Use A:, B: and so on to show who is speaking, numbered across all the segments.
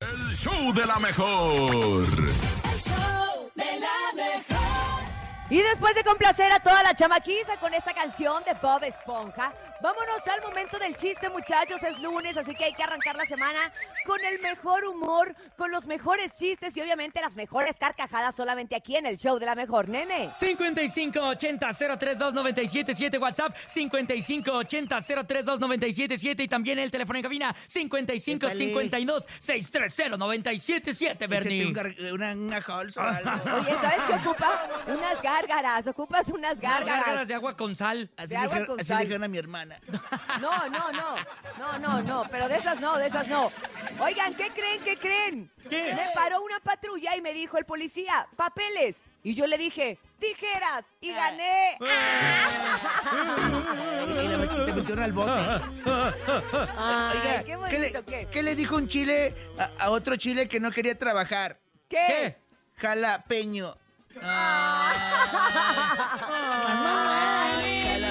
A: El show de la mejor.
B: Y después de complacer a toda la chamaquiza con esta canción de Bob Esponja, vámonos al momento del chiste, muchachos. Es lunes, así que hay que arrancar la semana con el mejor humor, con los mejores chistes y obviamente las mejores carcajadas solamente aquí en el show de la mejor, nene.
C: 5580-032-977 WhatsApp, 5580-032-977 y también el teléfono en cabina, 5552-630-977,
D: Échate
C: Bernie.
D: un gar- eh, una, una Halls o algo.
B: Oye, ¿sabes qué ocupa? Unas gárgaras, ocupas unas
C: Unas gárgaras
B: gárgaras.
C: de agua con sal.
D: Así
B: de
D: le
B: agua
D: dijeron-
B: con
D: así
B: sal.
D: le dijeron a mi hermana.
B: No, no, no, no, no, no, pero de esas no, de esas no. Oigan, ¿qué creen? ¿Qué creen?
C: ¿Qué?
B: Me paró una patrulla y me dijo el policía, papeles. Y yo le dije, tijeras, y gané.
D: Y la met- te metieron al bote.
B: Ay,
D: Ah. Oiga,
B: qué
D: le,
B: bonito, ¿qué?
D: qué le dijo un chile a, a otro chile que no quería trabajar?
B: ¿Qué?
C: ¿Qué?
D: Jalapeño. Ah. Jala, o sea,
B: Me
D: de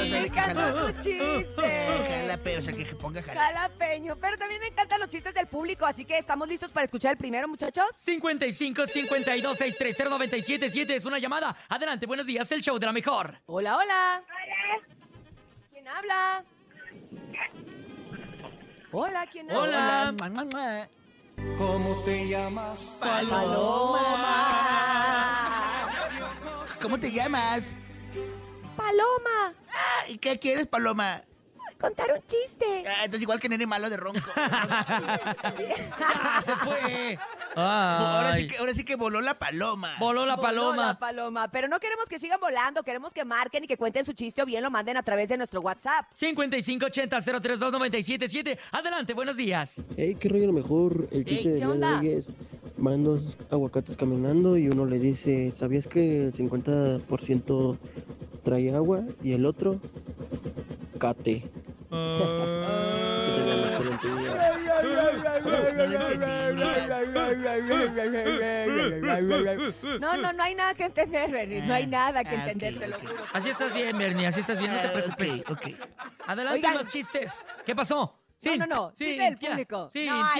D: que jala-
B: encantó tu chiste.
D: jalape, o sea, que ponga jala.
B: Jalapeño, pero también me encantan los chistes del público, así que estamos listos para escuchar el primero, muchachos.
C: 5552-630-977 es una llamada. Adelante, buenos días, el show de la mejor.
B: Hola, hola. ¿Quién habla? Hola, ¿quién habla?
C: Hola.
D: Mua, mua, mua.
B: Paloma.
D: ¿Cómo te llamas?
B: Paloma.
D: Ah, ¿Y qué quieres, Paloma?
B: Contar un chiste.
D: Ah, entonces igual que nene malo de ronco.
C: Ah, se fue.
D: Ahora
C: Ay.
D: sí, que, ahora sí que voló la paloma.
C: Voló la
B: Voló la
C: paloma.
B: paloma. Pero no queremos que sigan volando, queremos que marquen y que cuenten su chiste o bien lo manden a través de nuestro WhatsApp.
C: 5580-032-977. Adelante, buenos días.
E: Ey, qué rollo a lo mejor. El chiste
B: ¿qué
E: de
B: onda?
E: Lana es van dos aguacates caminando y uno le dice, ¿sabías que el 50% trae agua? Y el otro, cate. Que tengan excelente día.
D: No lo entendí.
B: No, no, no hay nada que entender, Bernie. No hay nada que entender, te lo juro.
C: Así estás bien, Bernie, así estás bien, no te preocupes.
D: Ah, ok, ok.
C: Adelante,
B: Oigan.
C: más chistes. ¿Qué pasó?
B: no, no, chiste del público.
C: Sí,
B: No, no, no.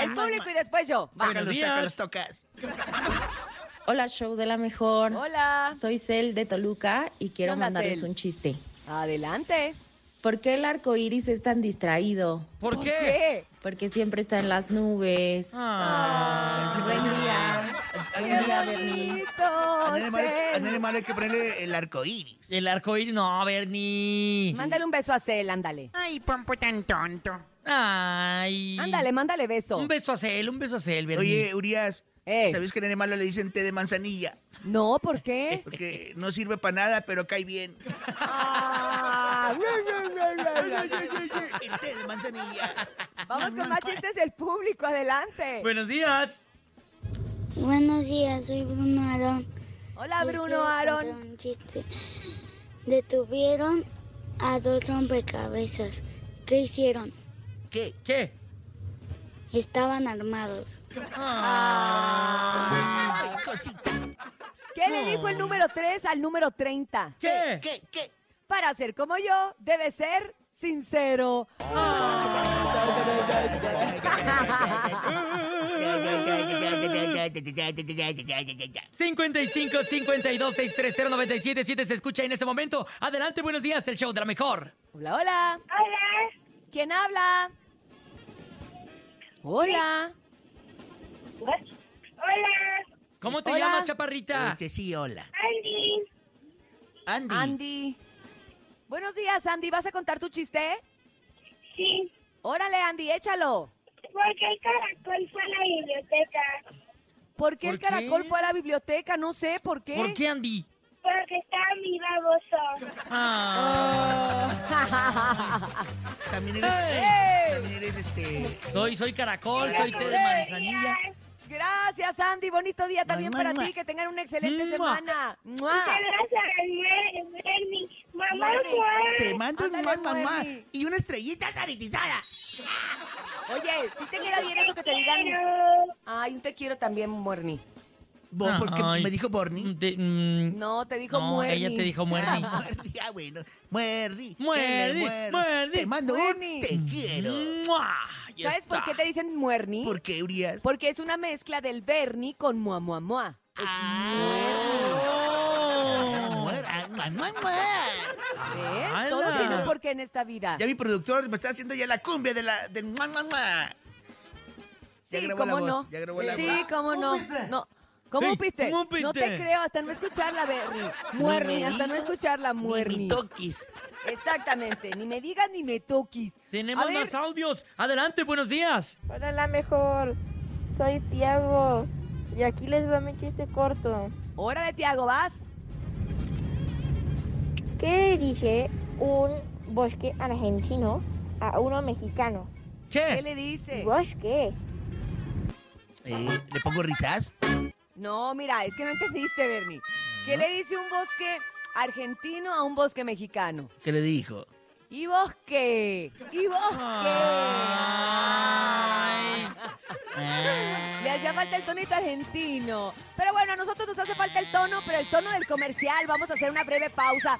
B: El público y después yo. Va.
C: Buenos
D: Sácalos,
C: días.
D: sácalos, tocas.
F: Hola, show de la mejor.
B: Hola.
F: Soy Cel de Toluca y quiero
B: onda,
F: mandarles
B: Cel?
F: un chiste.
B: Adelante.
F: ¿Por qué el arco iris es tan distraído?
C: ¿Por
B: ¿Por
C: qué?
F: Porque siempre está en las nubes.
C: Ah.
F: Buen día.
D: Ay,
B: ¡Qué
D: nene-
B: bonito!
D: a nene malo- a
B: Cel.
D: nene malo hay que ponerle el arco iris.
C: El arco iris, no, Bernie.
B: Mándale un beso a Cel, ándale.
G: Ay, Pompo tan tonto.
C: Ay.
B: Ándale, mándale beso.
C: Un beso a Cel, un beso a Cel, Bernie.
D: Oye, Urias,
B: Ey.
D: ¿sabes que a nene malo le dicen té de manzanilla?
B: No, ¿por qué?
D: Porque no sirve para nada, pero cae bien.
B: Ah,
D: El té de manzanilla.
B: Vamos con más chistes del público, adelante.
C: Buenos días.
H: Buenos días, soy Bruno Aarón.
B: Hola,
H: Les
B: Bruno,
H: quiero contar
B: Aaron.
H: un chiste. Detuvieron a dos rompecabezas. ¿Qué hicieron?
D: ¿Qué?
C: ¿Qué?
H: Estaban armados.
B: Ah.
D: Ay, cosita.
B: ¿Qué le dijo el número 3 al número 30?
C: ¿Qué?
D: ¿Qué? ¿Qué?
B: Para ser como yo, debe ser sincero.
D: Hola,
C: 55 52 630 977 se escucha en este momento. Adelante, buenos días, el show de la mejor.
B: Hola, hola. Hola. ¿Quién habla? Hola.
C: ¿Cómo te
B: Hola.
C: llamas, chaparrita?
D: Dice sí, hola. Andy. Andy.
B: Andy. Buenos días, Andy. ¿Vas a contar tu chiste? Sí. Órale, Andy, échalo.
I: Porque el caracol fue a la biblioteca.
B: ¿Por qué
C: ¿Por
B: el caracol
C: qué?
B: fue a la biblioteca? No sé, ¿por qué?
C: ¿Por qué, Andy?
I: Porque estaba mi baboso.
B: Ah.
D: También eres,
B: Ey.
D: también eres este.
C: Soy, soy caracol, soy té de manzanilla.
B: Gracias, Andy. Bonito día también
D: Mua,
B: para
D: mua,
B: ti.
D: mua.
B: Que tengan una excelente
C: Mua.
B: semana. Mua.
I: Saludos a Bernie. Bernie. Mamá,
B: Bernie.
I: mamá.
D: Te mando un
B: Ándale,
D: mal mamá
B: Muerni.
D: y una estrellita caritizada.
B: Oye, si te queda bien eso que te digan.
I: Pero-
B: Ay, un te quiero también, Morni.
D: Bo, porque
C: Ah, Ay.
D: me dijo Borny.
C: De- mm,
B: No, te dijo
C: no,
B: Muerni.
C: ella te dijo
D: Ah,
C: Muerni.
D: muerdi, ah, bueno. Muerdi.
C: Muerdi,
D: dele,
C: muerdi,
D: Te mando
B: muerni.
D: un te quiero.
C: ¡Mua! Ya
B: ¿Sabes por
C: está.
B: qué te dicen Muerni?
D: ah". ¿Por qué, Urias?
B: Porque es una mezcla del Bernie con Mua Mua Mua. Es
D: Muer- ah, muer, muer, muer.
B: ¿Ves?
C: ¡Hala!
B: Todo tiene un porqué en esta vida.
D: Ya mi productor me está haciendo ya la cumbia de la... Del mua, mua, mua.
B: sí,
D: ya grabó
B: cómo
D: la voz,
B: no.
D: ya grabó la
B: sí,
D: voz.
B: cómo no. No. ¿Cómo
C: Ey,
B: piste?
C: ¿cómo
B: No te
C: piste?
B: creo, hasta no escucharla, Bernie. Muerni, hasta no escucharla, Muerni.
E: toquis.
B: Exactamente, ni me digas ni me toquis.
C: Tenemos
B: A ver,
C: más audios. Adelante, buenos días.
I: Hola, la mejor. Soy Tiago. Y aquí les va mi chiste corto.
B: Órale, Tiago, vas.
I: ¿Qué le dice un bosque argentino a uno mexicano?
B: ¿Qué
C: ¿Qué?
B: le dice?
I: ¿Bosque?
D: Eh, ¿Le pongo risas?
B: No, mira, es que no entendiste, Bernie. ¿Qué le dice un bosque argentino a un bosque mexicano?
D: ¿Qué le dijo?
B: Y bosque, y bosque. Le hacía falta el tonito argentino. Pero bueno, a nosotros nos hace falta el tono, pero el tono del comercial. Vamos a hacer una breve pausa.